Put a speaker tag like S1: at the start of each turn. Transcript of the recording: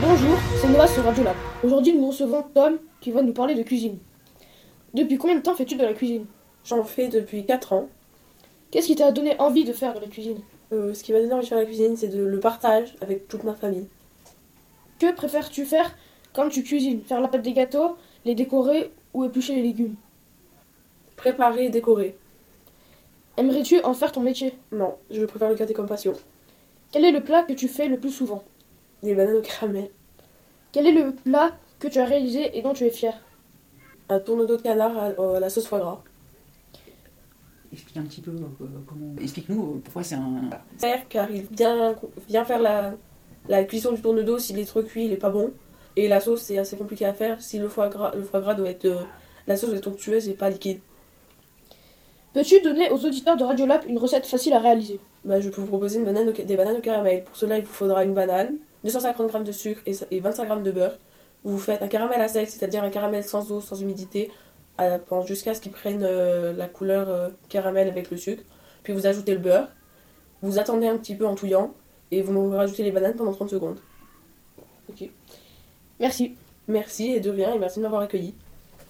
S1: Bonjour, c'est Noah sur Radio Lab. Aujourd'hui, nous recevons Tom qui va nous parler de cuisine. Depuis combien de temps fais-tu de la cuisine
S2: J'en fais depuis 4 ans.
S1: Qu'est-ce qui t'a donné envie de faire de la cuisine
S2: Euh, ce qui m'a donné envie de faire la cuisine, c'est de le partage avec toute ma famille.
S1: Que préfères-tu faire quand tu cuisines Faire la pâte des gâteaux, les décorer ou éplucher les légumes
S2: Préparer et décorer.
S1: Aimerais-tu en faire ton métier
S2: Non, je préfère le garder comme passion.
S1: Quel est le plat que tu fais le plus souvent
S2: Des bananes au caramel.
S1: Quel est le plat que tu as réalisé et dont tu es fier
S2: Un tourneau de canard à, euh, à la sauce foie gras.
S3: Explique un petit peu euh, comment. Explique-nous euh, pourquoi c'est un.
S2: Père qui arrive bien, bien faire la, la cuisson du tourne-dos, s'il est trop cuit, il est pas bon. Et la sauce, c'est assez compliqué à faire. Si le foie gras, le foie gras doit être. euh, la sauce doit être onctueuse et pas liquide.
S1: Peux-tu donner aux auditeurs de Radio Lab une recette facile à réaliser
S2: Bah, je peux vous proposer une banane au ca- des bananes au caramel. Pour cela, il vous faudra une banane, 250 g de sucre et, et 25 g de beurre. Vous faites un caramel à sec, c'est-à-dire un caramel sans eau, sans humidité, à- pendant- jusqu'à ce qu'il prenne euh, la couleur euh, caramel avec le sucre. Puis vous ajoutez le beurre, vous attendez un petit peu en touillant et vous rajoutez les bananes pendant 30 secondes.
S1: Merci.
S2: Merci et de rien et merci de m'avoir accueilli.